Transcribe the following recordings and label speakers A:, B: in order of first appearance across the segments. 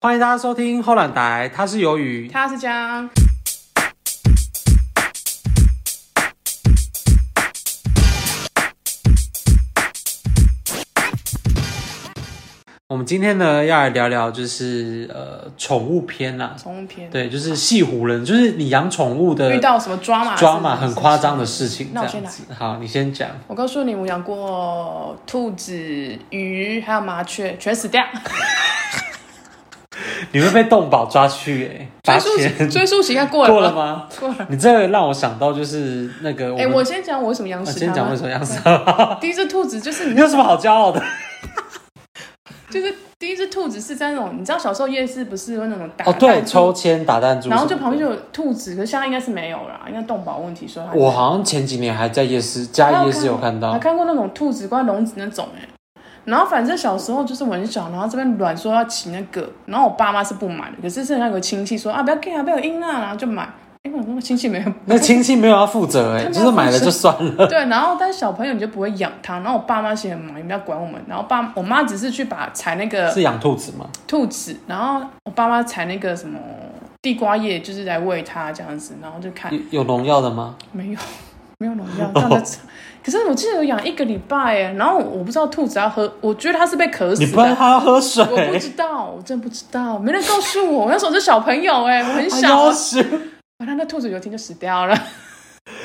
A: 欢迎大家收听后懒台，它是由于
B: 他是江，
A: 我们今天呢要来聊聊，就是呃宠物篇啦。
B: 宠物篇，
A: 对，就是戏湖人，就是你养宠物
B: 遇
A: 的
B: 到什么抓马？
A: 抓马很夸张的。事情，这
B: 那我先
A: 样子。好，你先讲。
B: 我告诉你，我养过兔子、鱼，还有麻雀，全 死掉。
A: 你会被动保抓去哎、罚
B: 追溯
A: 钱
B: 追溯期应该过了
A: 过了
B: 吧？
A: 吗？
B: 过了。
A: 你这个让我想到就是那个我
B: 哎，
A: 们，
B: 我先讲我为什么养
A: 啊
B: 死
A: 先
B: 它
A: 讲为
B: 吧。
A: 什么样子，哈哈
B: 第一只兔子就 是
A: 你有什么好骄傲 的？
B: 就是第一只兔子是在那种，你知道小时候夜市不是会那种打
A: 哦，对，
B: 弹珠
A: 抽签打弹珠什么的，
B: 然后就旁边就有兔子，可是现在应该是没有啦，应该动保问题，所以它
A: 我好像前几年还在夜市，嘉义夜市有看到
B: 还，看过那种兔子关笼子那种哎、然后反正小时候就是我很小，然后这边卵说要骑那个，然后我爸妈是不买的，可是是那个亲戚说啊不要给啊不要英啊，然后就买。哎，我那个亲戚没有
A: 那亲戚没有要负责哎、
B: 他没有
A: 就是买了就算了。
B: 对，然后但是小朋友你就不会养它，然后我爸妈其实很忙，也不要管我们，然后爸我妈只是去把采那 个
A: 是养兔子吗？
B: 兔子，然后我爸妈采那个什么地瓜叶，就是来喂它这样子，然后就看
A: 有有农药的吗？
B: 没有， 没有农药，这样
A: 哦
B: 的。 可是我记得有养一个礼拜哎，然后我不知道兔子要喝，我觉得它是被渴死
A: 你不然
B: 的。
A: 还要喝水？
B: 我不知道，我真的不知道，没人告诉我。我那时候是小朋友哎，我很
A: 它
B: 小
A: 要
B: 啊。
A: 死！
B: 完了，那兔子有一天就死掉了。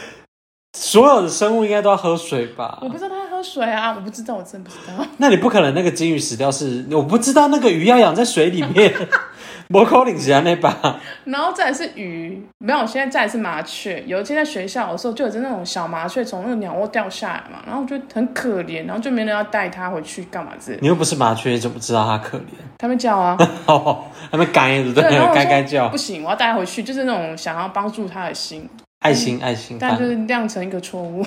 A: 所有的生物应该都要喝水吧
B: 我？不知道它喝水啊，我不知道，我真的不知道。
A: 那你不可能那个金鱼死掉是？我不知道那个鱼要养在水里面， 摩口岭啊那把。
B: 然后再来是鱼，没有，现在再来是麻雀。有一天在学校的时候，就有只那种小麻雀从那个鸟窝掉下来嘛，然后我觉得很可怜，然后就没人要带它回去干嘛之类的。
A: 你又不是麻雀，你怎么知道它可怜？
B: 他们叫啊，
A: 哦，还没干对不对
B: 对，然后？我
A: 该
B: 说
A: 该叫
B: 不，行，我要带他回去，就是那种想要帮助他的心，
A: 爱心爱心。
B: 但
A: 饭
B: 就是酿成一个错误，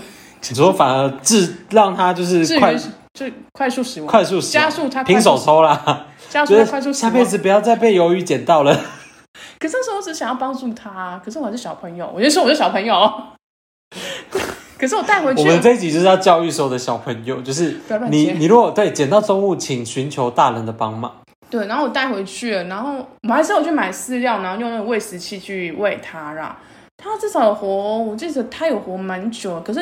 A: 你说反而致让它就是
B: 至于
A: 快
B: 就快速死亡，
A: 快速死亡
B: 加速他快速
A: 平手抽啦，
B: 加速
A: 觉
B: 他快速
A: 得
B: 死
A: 下
B: 亡。
A: 辈子不要再被鱿鱼捡到了。
B: 可是那时候我只想要帮助他，啊可是我还是小朋友，我就说我是小朋友。 可是我带回去
A: 我，们这一集就是要教育所有的小朋友，就是
B: 不要乱
A: 你
B: 接
A: 你如果对捡到动物，请寻求大人的帮忙。
B: 对，然后我带回去了，然后我还是有去买饲料，然后用那个喂食器去喂它啦。它至少有活，我记得它有活蛮久，可是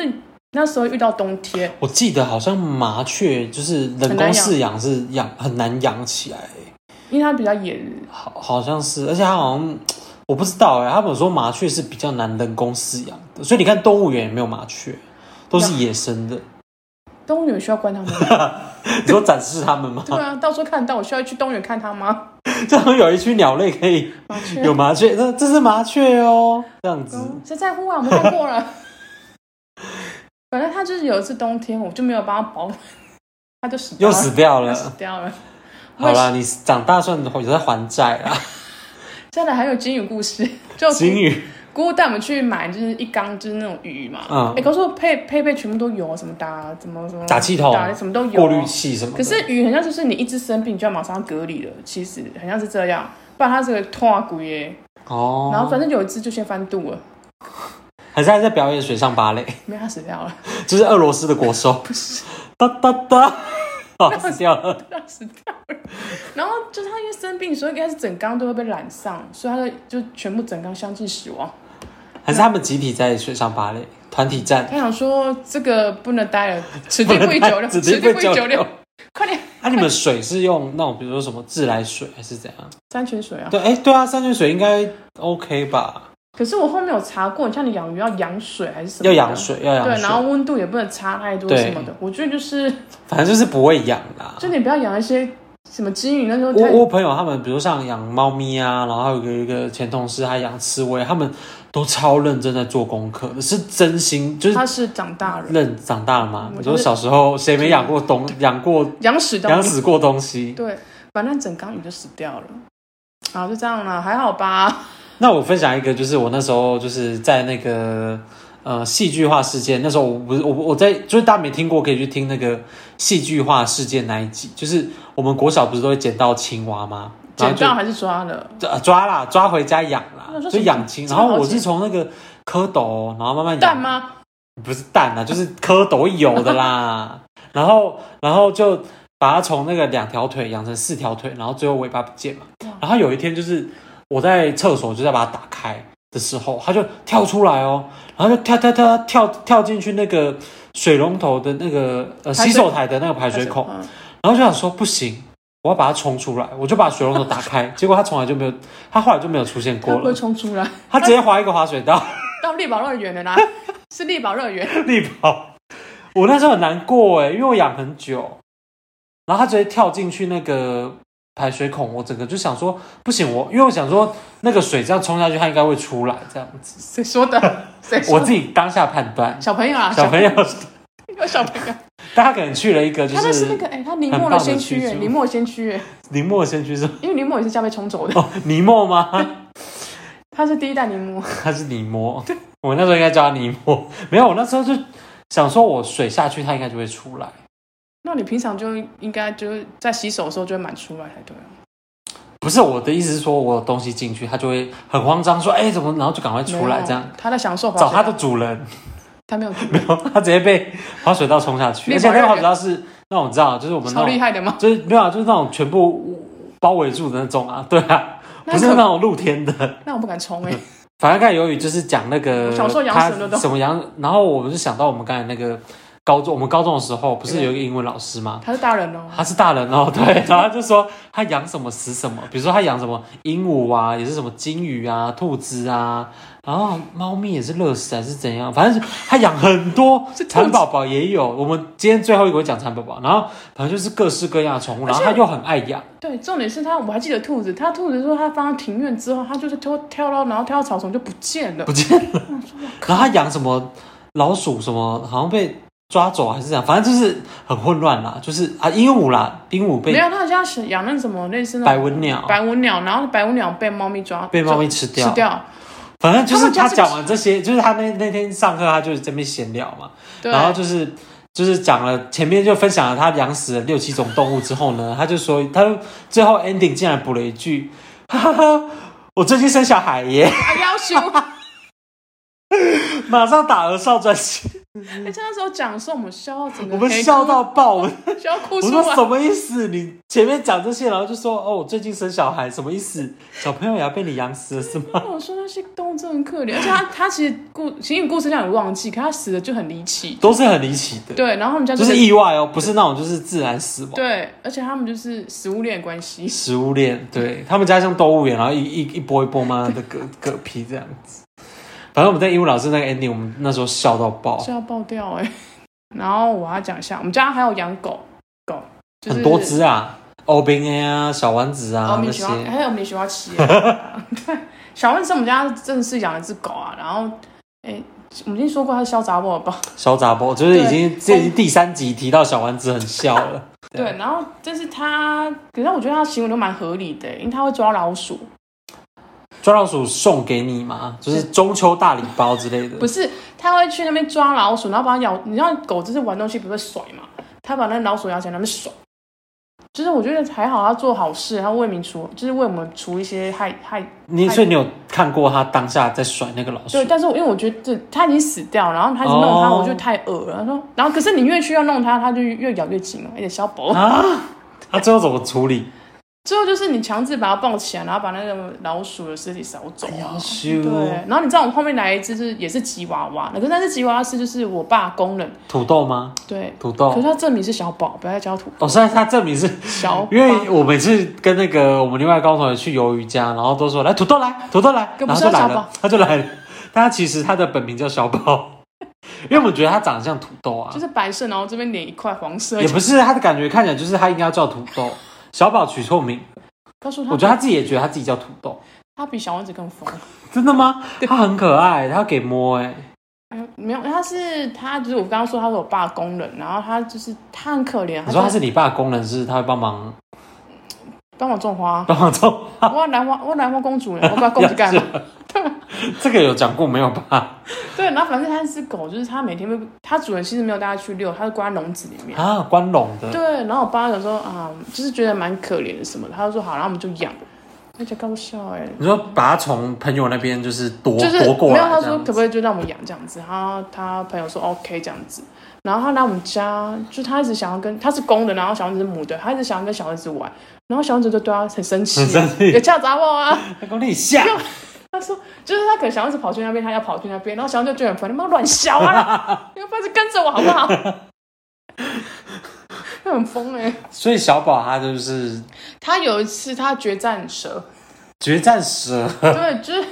B: 那时候遇到冬天，
A: 我记得好像麻雀就是人
B: 很
A: 工
B: 难养
A: 饲养是养很难养起来，
B: 因为它比较野日，
A: 好好像是，而且它好像我不知道哎、他们说麻雀是比较难人工饲养的，所以你看动物园也没有麻雀，都是野生的。
B: 动物园需要关它们吗。
A: 你说展示它们吗？
B: 对啊，到时候看到我需要去动物园看它吗？
A: 这样有一区鸟类可以
B: 麻雀
A: 有麻雀，那这是麻雀哦，这样子。
B: 哦谁在乎啊？我们看过 了。反正它就是有一次冬天，我就没有帮它保暖，它就死掉
A: 又
B: 了
A: 死掉
B: 它
A: 了，
B: 死掉了。
A: 好啦，你长大算有在还债啦。
B: 再来还有金鱼故事， 就
A: 金鱼，
B: 姑姑带我们去买，就是一缸就是那种鱼嘛。
A: 嗯
B: 哎、可是我配配备全部都有，什么打怎么什么
A: 打气筒
B: 打什么都有。
A: 过滤器什么的。
B: 可是鱼很像就是你一只生病就要马上隔离了，其实很像是这样，不然它是个拖鬼耶。
A: 哦，
B: 然后反正有一只就先翻肚了，
A: 还是还在表演水上芭蕾，
B: 没有它死掉了。
A: 就是俄罗斯的国手，
B: 不是，
A: 哒哒哒， 哦，死掉了。
B: 让死掉了。然后就是他因为生病，所以应该是整缸都会被染上，所以他就就全部整缸相继死亡。
A: 还是他们集体在水上芭蕾团体战，
B: 他想说这个不能待了，此地不宜久 留，
A: 此
B: 此
A: 地不
B: 地
A: 宜
B: 不宜
A: 久
B: 久
A: 留
B: 留，快点
A: 啊，你们水是用那种比如说什么自来水还是怎样？
B: 山泉水啊！
A: 对，哎，对啊，山泉水应该 OK 吧？
B: 可是我后面有查过，像你养鱼要养水还是什么？
A: 要养。水，要
B: 对
A: 养，
B: 然后
A: 水，
B: 温度也不能差太多
A: 对
B: 什么的。我觉得就是，
A: 反正就是不会养啦。
B: 就你不要养一些什么金鱼，那时候
A: 我
B: 太
A: 我朋友他们，比如像养猫咪啊，然后还有一个一个前同事还养刺猬，他们都超认真在做功课，是真心就是
B: 它是长大人，
A: 认长大了嘛。你
B: 我觉
A: 说
B: 得
A: 小时候谁没养过东养过
B: 养死东
A: 养
B: 西。
A: 死过东西？
B: 对，反正整缸鱼就死掉了。然后就这样了，还好吧？
A: 那我分享一个，就是我那时候就是在那个呃戏剧化事件，那时候我不是我我在就是大家没听过，可以去听那个戏剧化事件那一集，就是我们国小不是都会捡到青蛙吗？然后
B: 捡
A: 就嗯
B: 到还是抓了。
A: 抓抓啦，抓回家养啦
B: 那，说
A: 就
B: 什么
A: 养青。
B: 这
A: 然
B: 么
A: 后
B: 好
A: 我
B: 解
A: 是从那个蝌蚪，然后慢慢
B: 蛋
A: 养，
B: 吗？
A: 不是蛋啊，就是蝌蚪有的啦。然后，然后就把它从那个两条腿养成四条腿，然后最后尾巴不见嘛。然后有一天就是我在厕所就在把它打开的时候，它就跳出来哦，然后就跳跳跳跳跳进去那个水龙头的那个呃
B: 排水
A: 洗手台的那个排
B: 排
A: 水孔，
B: 嗯
A: 然后就想说不行。我要把它冲出来，我就把水龙头打 开，结果它从来就没有，它后来就没有出现
B: 它
A: 过
B: 不会
A: 了。
B: 冲出来，
A: 它直接滑一个滑水道，
B: 到力宝乐园 了啦，是力宝乐园。
A: 力宝。我那时候很难过哎，因为我养很久，然后它直接跳进去那个排水孔，我整个就想说不行，我因为我想说那个水这样冲下去，它应该会出来这样子。
B: 谁说的？谁说
A: 我
B: 的？
A: 自己当下判断，
B: 小朋友啊，
A: 小朋友，
B: 有小朋友，
A: 大家可能去了一个就
B: 他那是那
A: 是
B: 个哎，他尼
A: 很
B: 莫
A: 棒
B: 的
A: 的
B: 先驱
A: 驱
B: 哎，
A: 逐
B: 尼莫先驱哎，
A: 尼莫先驱是
B: 因为尼莫也是这样被冲走的，
A: 哦，尼莫吗？
B: 他是第一代尼莫。
A: 他是尼莫，我那时候应该叫他尼莫。没有，我那时候就想说，我水下去，它应该就会出来。
B: 那你平常就应该就是在洗手的时候就会满出来才对啊。
A: 不是我的意思是说，我有东西进去，它就会很慌张，说：“哎、怎么？”然后就赶快出来，这样
B: 没有，他在享受滑
A: 找
B: 水道
A: 它的主人。
B: 他没有
A: 没有，它直接被滑水道冲下去，
B: 没
A: 而
B: 有
A: 且那个
B: 人
A: 滑水道是那种，你知道，就是我们那
B: 超厉
A: 种，
B: 害的吗？
A: 就是没有啊，就是那种全部包围住的那种啊，对啊，
B: 那
A: 不是嗯
B: 可
A: 那种露天的。
B: 那我不敢冲哎、
A: 反正刚才由于就是讲那个
B: 我小时候养
A: 他
B: 什么都
A: 什么羊，然后我们就想到我们刚才那个高中，我们高中的时候不是有一个英文老师吗？
B: 他是大人哦、
A: 他是大人哦，对，然后他就说他养什么死什么，比如说他养什么鹦鹉啊，也是什么金鱼啊、兔子啊，然后猫咪也是乐死还是怎样，反正他养很多
B: 是兔子
A: 蚕宝宝也有。我们今天最后一个会讲蚕宝宝，然后反正就是各式各样的宠物，
B: 而
A: 然
B: 且
A: 后他又很爱 养，
B: 对，重点是他，我还记得兔子，他兔子说他放到庭院之后，他就是跳跳到，然后跳到草丛就不见了
A: 不。见了。然后他养什么老鼠什么，好像被抓走还是怎样，反正就是很混乱啦，就是啊鹦鹉啦，鹦鹉
B: 没
A: 被
B: 有，他好像是养那什么类似那
A: 白
B: 种
A: 文鸟
B: 白文鸟，然后白文鸟被猫咪抓，
A: 被猫咪吃
B: 就吃
A: 掉。
B: 掉。
A: 反正就是
B: 他
A: 他
B: 们家是
A: 讲完这些，就是他那那天上课，他就是这边闲聊嘛，
B: 对，
A: 然后就是就是讲了前面就分享了他养死了六七种动物之后呢，他就说他就最后 ending 竟然补了一句，哈哈哈，我最近生小孩耶，
B: 啊要求，
A: 马上打儿少专心，
B: 而且那时候讲哎的时候，我们笑到整个
A: 我们
B: 黑
A: 笑
B: 哎哭
A: 到爆，我
B: 笑哭
A: 我
B: 出
A: 说
B: 来
A: 什。么意思？你前面讲这些，然后就说哦，我最近生小孩，什么意思？小朋友也要被你养死了是吗？
B: 我说那些动物真的很可怜，而且他他其实故情景故事量我忘记，可他死的就很离奇。
A: 都是很离奇的，
B: 对，然后他们家
A: 就是意外哦，不是那种就是自然死亡。
B: 对，而且他们就是食物链的关系。
A: 食物链，对他们家像动物园，然后一一一波一波妈的嗝嗝屁这样子。反正我们在英文老师那个 ending，我们那时候笑到爆，
B: 是要爆掉哎、 然后我要讲一下，我们家还有养狗，狗、就是、
A: 很多只啊，欧宾 A 啊，小丸子
B: 哦，我
A: 啊
B: 们
A: 那
B: 也喜欢，
A: 些，
B: 还有我们也喜欢吃、欸。 对，小万是我们家真的是养了只狗啊，然后哎、我们已经说过它是小杂货了吧？
A: 小杂包，就是已
B: 对
A: 经这已经第三集提到小丸子很笑了，对
B: 对，然后但是它，可是我觉得它行为都蛮合理的欸、因为它会抓老鼠，
A: 抓老鼠送给你嘛，就是中秋大礼包之类
B: 不
A: 的，
B: 是，它会去那边抓老鼠，然后把它咬。你知道狗就是玩东西不会甩嘛？它把那老鼠咬起来，那边甩。就是我觉得还好，它做好事，它为民除，就是为我们除一些害害。
A: 你
B: 太
A: 所以你有看过他当下在甩那个老鼠
B: 对，，但是我因为我觉得这它已经死掉，然后它一直弄它，
A: 哦
B: 我就太恶了。然后，然后可是你越去要弄它，它就越咬越紧了，而且小薄。
A: 啊，他最后怎么处理？
B: 最后就是你强制把它抱起来，然后把那个老鼠的尸体扫走啊。
A: 要修
B: 对，然后你知道我后面来一只就是也是吉娃娃，可是那只吉娃娃是就是我爸工人，
A: 土豆吗？
B: 对，
A: 土
B: 可是
A: 豆
B: 它证明是小宝，不要再叫它土
A: 哦，虽然他证明 是
B: 小，
A: 因为我每次跟那个我们另外一个高中同学去鱿鱼家，然后都说来土豆来土豆来，
B: 根
A: 然后
B: 本不
A: 就是来
B: 小宝
A: 了，他就来了。但他其实他的本名叫小宝， 因为我们觉得他长得像土豆啊
B: 就，是白色，然后这边脸一块黄色
A: 也。不是他的感觉看起来就是他应该要叫土豆。小宝取错名，
B: 告诉他，
A: 我觉得他自己也觉得他自己叫土豆，
B: 他比小王子更疯。
A: 真的吗？他很可爱，他给摸哎、
B: 嗯，没有，他是他就是我刚刚说他是我爸的工人，然后他就是他很可怜，
A: 你说他
B: 就是
A: 你爸的工人是，他会帮忙，
B: 帮我种花
A: 帮忙种，
B: 我要兰花，我要兰花 公主呢，我把公主干嘛？
A: 这个有讲过没有 吧？
B: 对，然后反正他那只狗就是它每天会，它主人其实没有带它去遛，它是关在笼子里面。
A: 啊，关笼的，
B: 对，然后我爸想说啊，就是觉得蛮可怜的什么的，他就说好，然后我们就养。而且搞笑哎、
A: 你说把他从朋友那边就是夺
B: 就是
A: 夺过
B: 没
A: 来，
B: 有，他
A: 这
B: 说
A: 样
B: 可不可以就让我们养这样子？然后他朋友说 OK 这样子，然后他来我们家，就他一直想要跟他是公的，然后小王子是母的，他一直想要跟小王子玩，然后小王子就对他很生气，啊
A: 很生气
B: 有架杂我啊！
A: 他跟你下，
B: 他说就是他可能小王子跑去那边，他要跑去那边，然后小王子就觉得很烦，你妈乱笑啊！ 你不要一直跟着我好不好？ 他很疯哎、
A: 所以小宝他就是
B: 他有一次他决战蛇，
A: 决战蛇，
B: 对，就是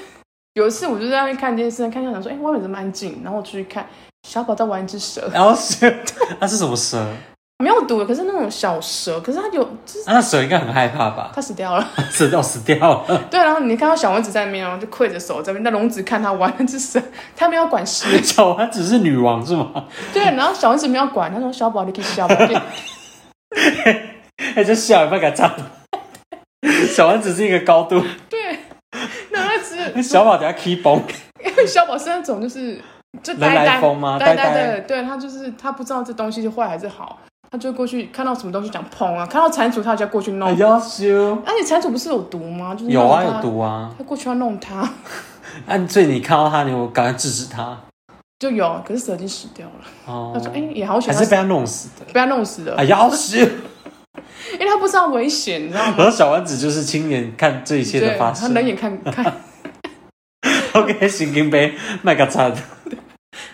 B: 有一次我就在那边看电视，看看想说，哎、外面怎么安静？然后我出去看，小宝在玩一只蛇，
A: 然后 是那是什么蛇？啊
B: 没有毒，可是那种小蛇，可是它有，就是
A: 啊那蛇应该很害怕吧？
B: 它死掉了。
A: 蛇掉死掉了，
B: 对，然后你看到小丸子在那边，然哦后就跪着手在那边，那龙子看他玩那只蛇，他没有管蛇，
A: 小丸子是女王是吗？
B: 对，然后小丸子没有管，他说小宝你可以小宝，你
A: 哎，就笑也不敢唱。 小丸子是一个高度，
B: 对，然后那只
A: 小宝等下 key 崩，
B: 因为小宝是那种就是就呆
A: 人来
B: 呆
A: 疯吗
B: 呆
A: 呆呆
B: 的，对他就是他不知道这东西是坏还是好，他就过去看到什么东西讲砰啊，看到蟾蜍他就要过去弄
A: 很，优秀。
B: 而且蟾蜍不是有毒吗？就是
A: 哎有啊，
B: 弄它
A: 有，毒啊！
B: 他过去要弄它
A: 啊，所以你看到他，你有赶快制止他。
B: 就有，可是蛇已经死掉了。
A: 哦
B: 他，说哎、也好
A: 还
B: 险，
A: 是
B: 他
A: 被他弄死的。
B: 被他弄死了
A: 哎，，要死！
B: 因为他不知道危险，你知道吗？
A: 然后小丸子就是亲眼看这一切的
B: 对，
A: 发
B: 他
A: 生。
B: 冷眼看看，
A: OK，神经病，卖个惨。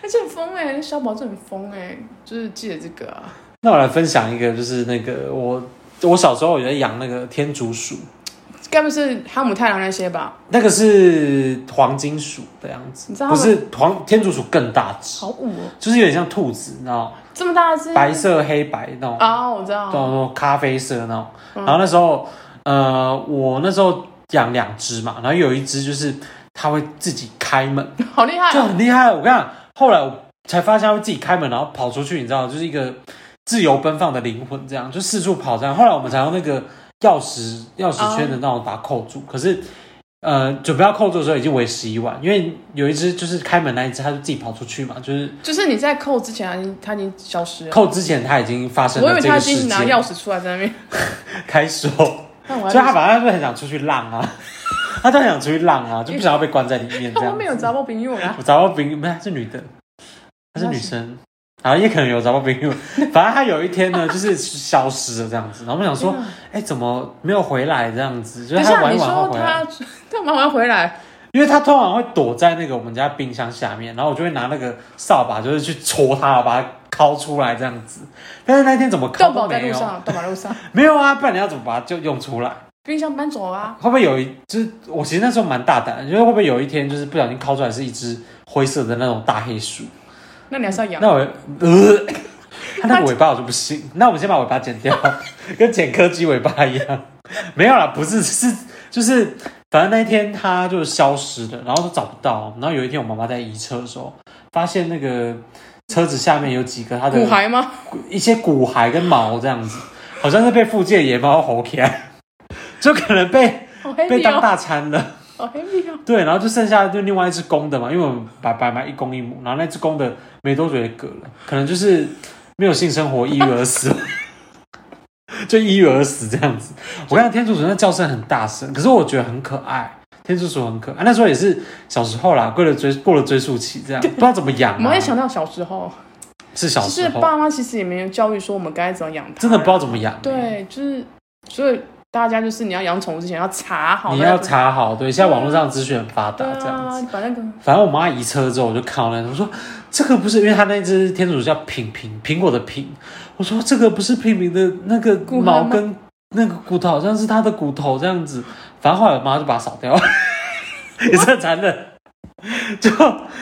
B: 而且很疯哎、欸，小宝真的很疯哎、就是记得这个啊，
A: 那我来分享一个，就是那个我我小时候有在养那个天竺鼠，
B: 该不是哈姆太郎那些吧？
A: 那个是黄金鼠的样子，
B: 你知道
A: 不
B: 它们
A: 是黄天竺鼠更大只，
B: 好五哦，
A: 就是有点像兔子，你知道吗，
B: 这么大只
A: 白色黑白那种，
B: 啊、我知
A: 那
B: 道，
A: 种咖啡色那种。
B: 嗯
A: 然后那时候，呃，我那时候养两只嘛，然后有一只就是它会自己开门，
B: 好厉害
A: 就
B: 哦、
A: 很厉害。我跟你讲，后来我才发现他会自己开门，然后跑出去，你知道，就是一个自由奔放的灵魂，这样就四处跑这样。后来我们才用那个钥匙钥匙圈的那种把它扣
B: 哦
A: 住，可是。呃，准备要扣住的时候已经为时已晚，因为有一只就是开门那一只，它就自己跑出去嘛，就是
B: 就是你在扣之前他已经他已经消失了，
A: 扣之前它已经发生
B: 我以
A: 了
B: 为
A: 这
B: 他
A: 个
B: 已
A: 事
B: 经拿
A: 件，
B: 钥匙出来在那 边，
A: 开手，所
B: 但我还
A: 以它反正就很想出去浪啊，它就很想出去浪啊，就不想要被关在里面这
B: 他
A: 样啊
B: 后面有杂包朋友 啦，
A: 我找到兵，不是，她是女的，她是女生，啊，也可能有找到兵友。反正她有一天呢，就是消失了这样子。然后我们想说
B: 天，
A: 哎、怎么没有回来这样子？就
B: 等
A: 是
B: 一
A: 她
B: 下
A: 玩
B: 你
A: 一玩后
B: 说
A: 回来，
B: 他 他玩完 回来，
A: 因为她通常会躲在那个我们家冰箱下面，然后我就会拿那个扫把，就是去戳她，把她敲出来这样子。但是那天怎么敲
B: 豆
A: 都
B: 宝在
A: 没
B: 路
A: 有，
B: 上，豆宝在路上，
A: 没有啊，不然你要怎么把它就用出来？
B: 冰箱搬走啊，
A: 会不会有一，就是我其实那时候蛮大胆的，因为会不会有一天就是不小心敲出来是一只灰色的那种大黑鼠？
B: 那你还是要 养。
A: 那我呃，它那个尾巴我就不行。那我们先把尾巴剪掉，跟剪柯基尾巴一样。没有啦，不是，是就是，反正那一天它就消失了，然后都找不到。然后有一天我妈妈在移车的时候，发现那个车子下面有几个它的
B: 骨骸吗？
A: 一些骨骸跟毛这样子，好像是被附近的野猫吼起来，就可能被
B: 好
A: 被
B: heavy
A: 当
B: 哦，
A: 大餐了。
B: 好 heavy 哦，
A: 对，然后就剩下就另外一只公的嘛，因为我们白白买一公一母，然后那只公的没多久也嗝了，可能就是没有性生活，抑郁而死， 就抑郁而死这样子。我看到天竺鼠那叫声很大声，可是我觉得很可爱，天竺鼠很可啊爱。那时候也是小时候啦，过了追过了追溯期， 这样不知道怎么养、
B: 我们会
A: 啊，
B: 想到小时候，
A: 是小
B: 就
A: 时
B: 是
A: 候
B: 爸妈其实也没有教育说我们该怎么养它，
A: 真的不知道怎么养、
B: 对，就是所以大家就是你要养宠物之前要查好，
A: 你要查好，对，现在网络上资讯很发达
B: 啊对，
A: 这样子。
B: 啊，把那个
A: 反正我妈移车之后，我就看到那个，我说这个不是，因为它那只天竺鼠叫品品，苹果的品，我说这个不是品品的那个
B: 骨骸
A: 毛
B: 吗
A: 跟那个骨头，好像是它的骨头这样子。反正后来我妈就把它扫掉， 也是很残忍。就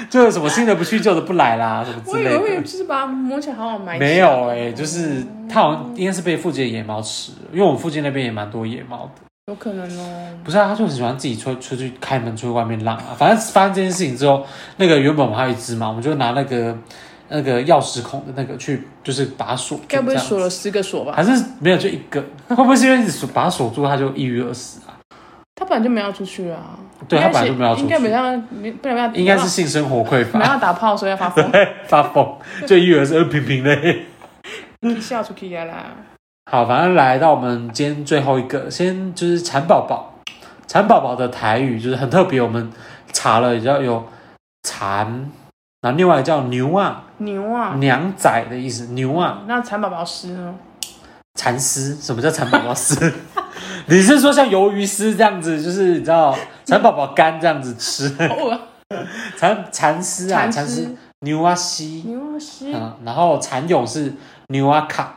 A: 就有什么新的不去，旧的不来啦，什么
B: 我
A: 之
B: 以
A: 类
B: 为会
A: 的。
B: 就是把它摸起来好好埋起来。
A: 没有哎、就是它好像应该是被附近的野猫吃了，因为我们附近那边也蛮多野猫的。
B: 有可能哦。
A: 不是啊，他就很喜欢自己出出去开门出去外面浪啊。反正发生这件事情之后，那个原本我们还有一只嘛，我们就拿那个那个钥匙孔的那个去，就是把它锁住，
B: 该不会
A: 这样
B: 锁了十个锁吧？
A: 还是没有就一个？会不会是因为你锁把它锁住，它就一郁而死啊？
B: 他本来就没有要出去啊。
A: 对
B: 应该
A: 他本来就没有要出去
B: 应该没让，没不然被他
A: 应该是性生活匮
B: 没
A: 乏，
B: 让打炮，所以要 发疯，
A: 发疯，就一郁而死，平平嘞。
B: 笑出去啊啦。
A: 好，反正来到我们今天最后一个，先就是蚕宝宝。蚕宝宝的台语就是很特别，我们查了，叫有蚕，然后另外叫牛啊，
B: 牛啊，
A: 娘仔的意思，牛啊，
B: 那蚕宝宝丝 呢？
A: 蚕丝，什么叫蚕宝宝丝？ 你是说像鱿鱼丝这样子，就是你知道蚕宝宝干这样子吃，
B: 好恶
A: 蚕蚕丝啊，
B: 蚕
A: 蚕
B: 丝
A: 丝，牛啊西，
B: 牛啊丝，
A: 嗯，然后蚕蛹是牛啊卡，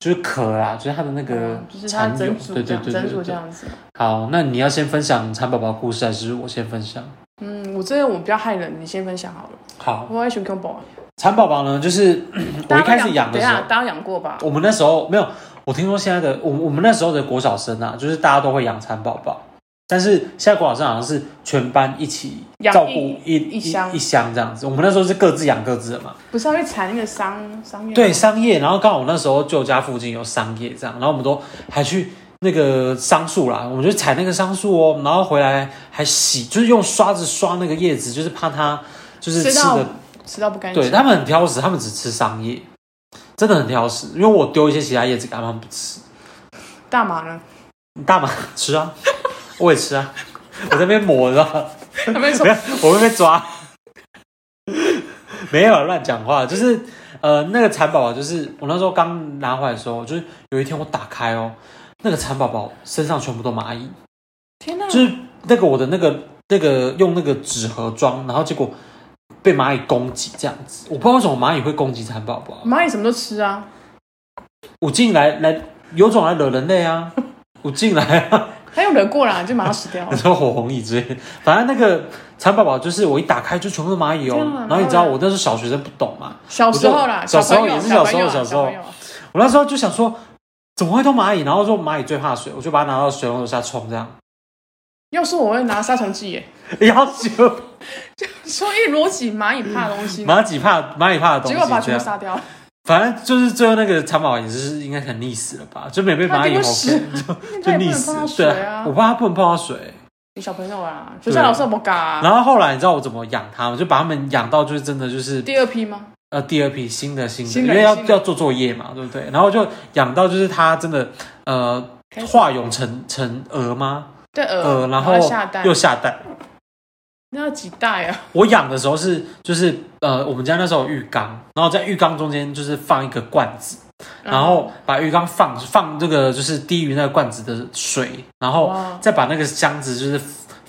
A: 就是壳啊，就是它的那个
B: 嗯就是它
A: 蚕
B: 整
A: 蛹，
B: 组
A: 对
B: 这
A: 对
B: 样，
A: 对
B: 整
A: 对
B: 组
A: 对
B: 这
A: 对。
B: 样子。
A: 好，那你要先分享蚕宝宝故事，还是我先分享？
B: 嗯，我这个我比较害人，你先分享好了。
A: 好，
B: 我也喜欢 c o m
A: 蚕宝宝呢，就是我一开始养的
B: 等一
A: 时
B: 下
A: 候，
B: 嗯大家养过吧？
A: 我们那时候没有，我听说现在的我我们那时候的国小生啊，就是大家都会养蚕宝宝，但是现在国小生好像是全班一起
B: 养
A: 照顾
B: 一
A: 一
B: 一箱
A: 一箱这样子。我们那时候是各自养各自的嘛，
B: 不是要去缠那个商商业？
A: 对，商业，然后刚好我那时候舅家附近有商业这样，然后我们都还去那个桑树啦，我们就采那个桑树哦，然后回来还洗，就是用刷子刷那个叶子，就是怕它就是
B: 吃
A: 吃
B: 到
A: 的
B: 吃到不干净。
A: 对他们很挑食，他们只吃桑叶，真的很挑食。因为我丢一些其他叶子给他们，他们不吃。
B: 大麻呢？
A: 大麻吃啊，我也吃啊，我在那边抹，啊你知道吗？
B: 他们说
A: 没有，我会被抓。 没有乱讲话，就是呃，那个蚕宝宝，就是我那时候刚拿回来的时候，就是有一天我打开哦，那个蚕宝宝身上全部都蚂蚁，
B: 天哪，
A: 就是那个我的那个那个用那个纸盒装，然后结果被蚂蚁攻击这样子，我不知道为什么蚂蚁会攻击蚕宝宝，
B: 蚂蚁什么都吃啊，
A: 我进来来有种来惹人类啊！我进来啊！
B: 它又惹过了就马上死掉
A: 你
B: 了。
A: 说火红蚁之类，啊反正那个蚕宝宝就是我一打开就全部都蚂蚁哦
B: 天啊。
A: 然后你知道
B: 然后呢
A: 我那时候小学生不懂嘛，
B: 小时候啦，
A: 我就小时候
B: 朋友
A: 也是
B: 小
A: 小时候
B: 朋友
A: 小时候
B: 朋友
A: 我那时候就想说怎么会都蚂蚁，然后说蚂蚁最怕水，我就把它拿到水龙头下冲这样。
B: 要是我会拿杀虫剂耶，
A: 要求
B: 所以逻辑蚂蚁怕的东西，
A: 蚂蚁怕蚂蚁怕的东
B: 结果把它
A: 西这啊
B: 全部
A: 样，
B: 杀掉了，
A: 反正就是最后那个蚕宝宝也是应该很溺死了吧，就没被
B: 它
A: 蚂
B: 一
A: 蚁
B: 定会
A: 吼
B: 死
A: 啃， 就就
B: 因为它也
A: 溺
B: 不能碰到
A: 死。
B: 水
A: 对
B: 啊
A: 啊，我。怕它不能碰到水。
B: 你小朋友啊，学校老师有没有嘎啊？
A: 然后后来你知道我怎么养它吗？就把它们养到就是真的就是
B: 第二批吗？
A: 呃第二批新的新的，
B: 新的
A: 因为要
B: 新的
A: 要做作业嘛，对不对？然后就养到就是它真的呃
B: 开始
A: 化蛹成成蛾吗？
B: 对呃，
A: 蛾，然
B: 后
A: 后
B: 下蛋
A: 又，下蛋。
B: 那要几代啊？
A: 我养的时候是就是呃我们家那时候有浴缸，然后在浴缸中间就是放一个罐子， 然后把浴缸放放这个就是低于那个罐子的水，然后
B: 哇，
A: 再把那个箱子就是。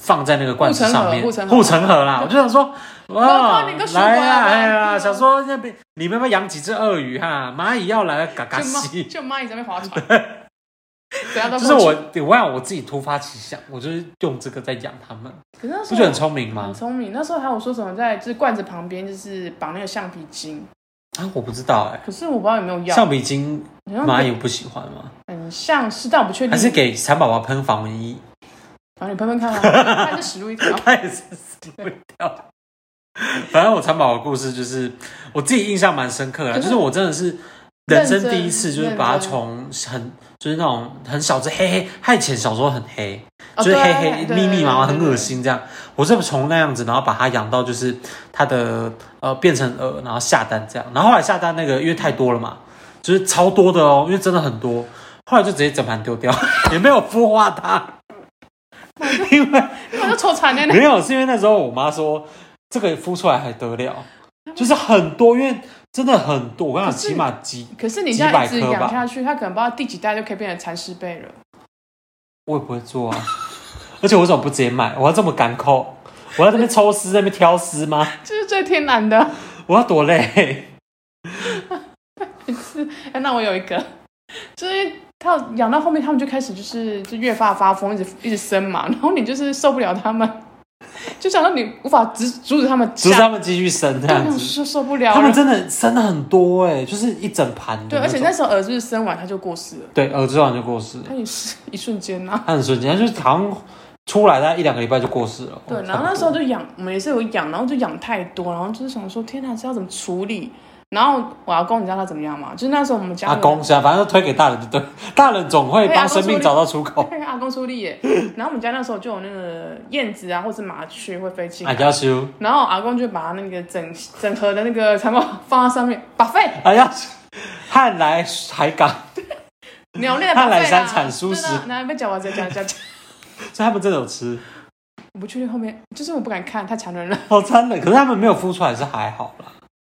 A: 放在那个罐子
B: 护城河
A: 上面，
B: 护城河
A: 河啦！我就想说，哇，
B: 哇你个水
A: 来
B: 鬼啊
A: 啦来啦！
B: 嗯
A: 哎想说那边你们要不要养几只鳄鱼哈？蚂蚁要来了，嘎嘎
B: 就蚂
A: 吸。
B: 就蚂蚁在那边划船，啊等下都
A: 就是我，我想我自己突发奇想，我就是用这个在养它们，
B: 可是那时候
A: 不觉得很聪明
B: 很
A: 吗？
B: 聪明。那时候还有说什么在就是罐子旁边就是绑那个橡皮筋，
A: 啊，我不知道哎、
B: 可是我不知道有没有要。
A: 橡皮筋
B: 好像
A: 蚂蚁不喜欢吗？
B: 很像是，嗯但我不确定。
A: 还是给蚕宝宝喷防蚊液？
B: 然后你喷喷看啊， 看这死路一条。哦
A: 它也是死不掉。 反正我蚕宝宝故事就是我自己印象蛮深刻的，啊
B: 可
A: 就是是我真的是人生
B: 认真
A: 第一次，就是把它从很就是那种很小只黑黑，它以前小时候很黑，
B: 哦
A: 就是
B: 对
A: 黑黑
B: 对
A: 密密麻麻，
B: 对
A: 很
B: 对
A: 恶心这样。我是从那样子，然后把它养到就是它的呃变成鹅，然后下蛋这样。然后后来下蛋那个因为太多了嘛，就是超多的哦，因为真的很多。后来就直接整盘丢掉， 也没有孵化 它，因为
B: 对我就抽惨了呢。
A: 没有是因为那时候我妈说这个孵出来还得了，就是很多，因为真的很多。我跟你讲，
B: 可是
A: 起码几，
B: 可是你这样一直
A: 几百颗吧
B: 养下去，它可能不知道第几代就可以变成蚕丝被了。
A: 我也不会做啊。而且我为什么不直接买？我要这么赶口？我要这边抽丝，在那边挑丝吗？
B: 这是最天然的。
A: 我要多累？
B: 哎那我有一个，就是它养到后面，它们就开始就是就越发发疯，一直一直生嘛， 然后你就是受不了它们，就想到你无法阻阻止它们
A: 就是
B: 下，
A: 他们继续生这
B: 对，
A: 样
B: 我
A: 子。
B: 受受不了
A: 他们
B: 了。
A: 真的生了很多哎、就是一整盘的
B: 对，
A: 那
B: 而
A: 种。
B: 且那时候儿子生完它就过世了，
A: 对耳之王就过世了，
B: 它也是一瞬间呐、啊。
A: 他很瞬间，就是好像出来大概一两个礼拜就过世了。
B: 对，
A: 哦
B: 然后那时
A: 差
B: 候
A: 不多
B: 就养，我们也是有养，然后就养太多，然后就是想说，天哪，这要怎么处理？然后我阿公，你知道他怎么样吗？就是那时候我们家
A: 阿公是啊，反正就推给大人就对，大人总会
B: 对阿
A: 帮
B: 公
A: 生命
B: 出力
A: 找到出口。
B: 对 阿公出力 耶。然后我们家那时候就有那个燕子啊，或是麻雀会飞进
A: 哎阿
B: 来，
A: 要修，
B: 然后阿公就把那个整整盒的那个蚕宝放在上面，把费
A: 阿要哎汉来海港，
B: 鸟类的
A: 他来
B: 把费
A: 山
B: 啦
A: 产蔬食
B: 啊对啦然后被讲完再讲讲讲。
A: 所以他们真的有吃，
B: 我不确定后面，就是我不敢看，太残忍了。
A: 好残哦忍。可是他们没有孵出来是还好啦。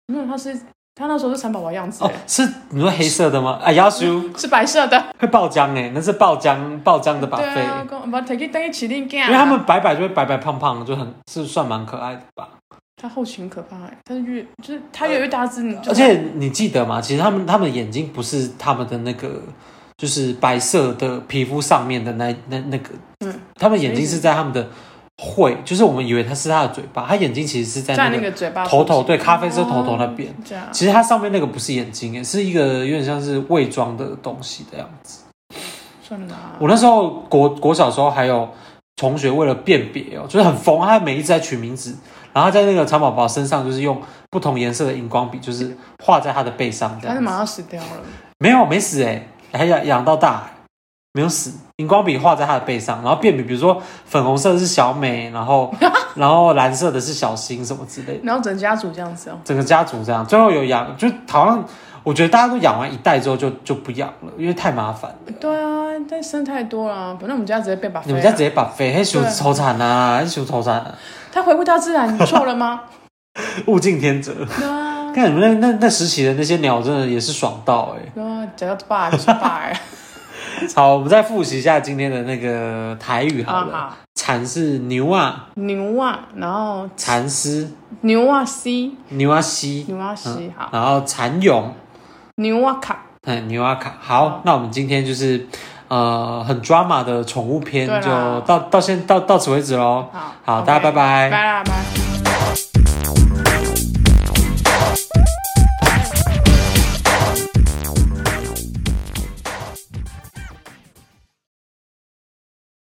B: 没有，他是他那时候是蚕宝宝样子、
A: 哦，是你说黑色的吗？哎，亚叔
B: 是白色的。
A: 会爆浆哎、那是爆浆爆浆的把
B: 对
A: 费、
B: 啊，讲把 take it take it 起定干。
A: 因为他们白白就会白白胖胖，就很是算蛮可爱的吧。
B: 他后群可怕、欸，但是越就是他越来越大只，你就
A: 呃而且你记得吗？其实他们他们的眼睛不是他们的那个，就是白色的皮肤上面的那那那个，
B: 嗯，
A: 他们眼睛是在他们的喙，就是我们以为它是它的嘴巴，它眼睛其实是在
B: 在
A: 那
B: 那
A: 个
B: 个嘴巴
A: 头头
B: 附近
A: 对咖啡色头头那边
B: 哦这样。
A: 其实它上面那个不是眼睛，诶，是一个有点像是伪装的东西的样子。
B: 算了啦，
A: 我那时候国国小时候还有同学为了辨别哦，就是很疯，他每一只在取名字，然后在那个蚕宝宝身上就是用不同颜色的荧光笔，就是画在它的背上这
B: 他
A: 样
B: 是
A: 子。
B: 马上死掉了。
A: 没有，没死哎、还养养到大、欸没有死。荧光笔画在他的背上，然后辨别，比如说粉红色的是小美，然 后然后蓝色的是小新什么之类的，
B: 然后整家族这样子哦、
A: 整个家族这样。最后有养，就好像我觉得大家都养完一代之后就就不养了，因为太麻烦了。
B: 对啊，但生太多了，啊反正我们家直接被把。
A: 你们家直接把肥黑熊
B: 对
A: 头产啊，黑熊头产啊，
B: 他回归到自然，你错了吗？
A: 物竞天择。
B: 对啊，
A: 看你们那那那时期的那些鸟，真的也是爽到哎、
B: 对啊，讲到爸就是爸哎，
A: 好，我们再复习一下今天的那个台语 好
B: 啊
A: 了。
B: 好，
A: 蚕是牛啊，
B: 牛啊，然后
A: 蚕丝。
B: 牛啊西，
A: 牛阿西，
B: 牛啊西好，
A: 然后蚕蛹，
B: 牛啊卡，
A: 嗯，牛阿卡。好，那我们今天就是呃很 drama 的宠物篇
B: 对啦
A: 就到到现到到此为止喽。
B: 好，
A: 好
B: OK，
A: 大家拜拜
B: 拜啦拜。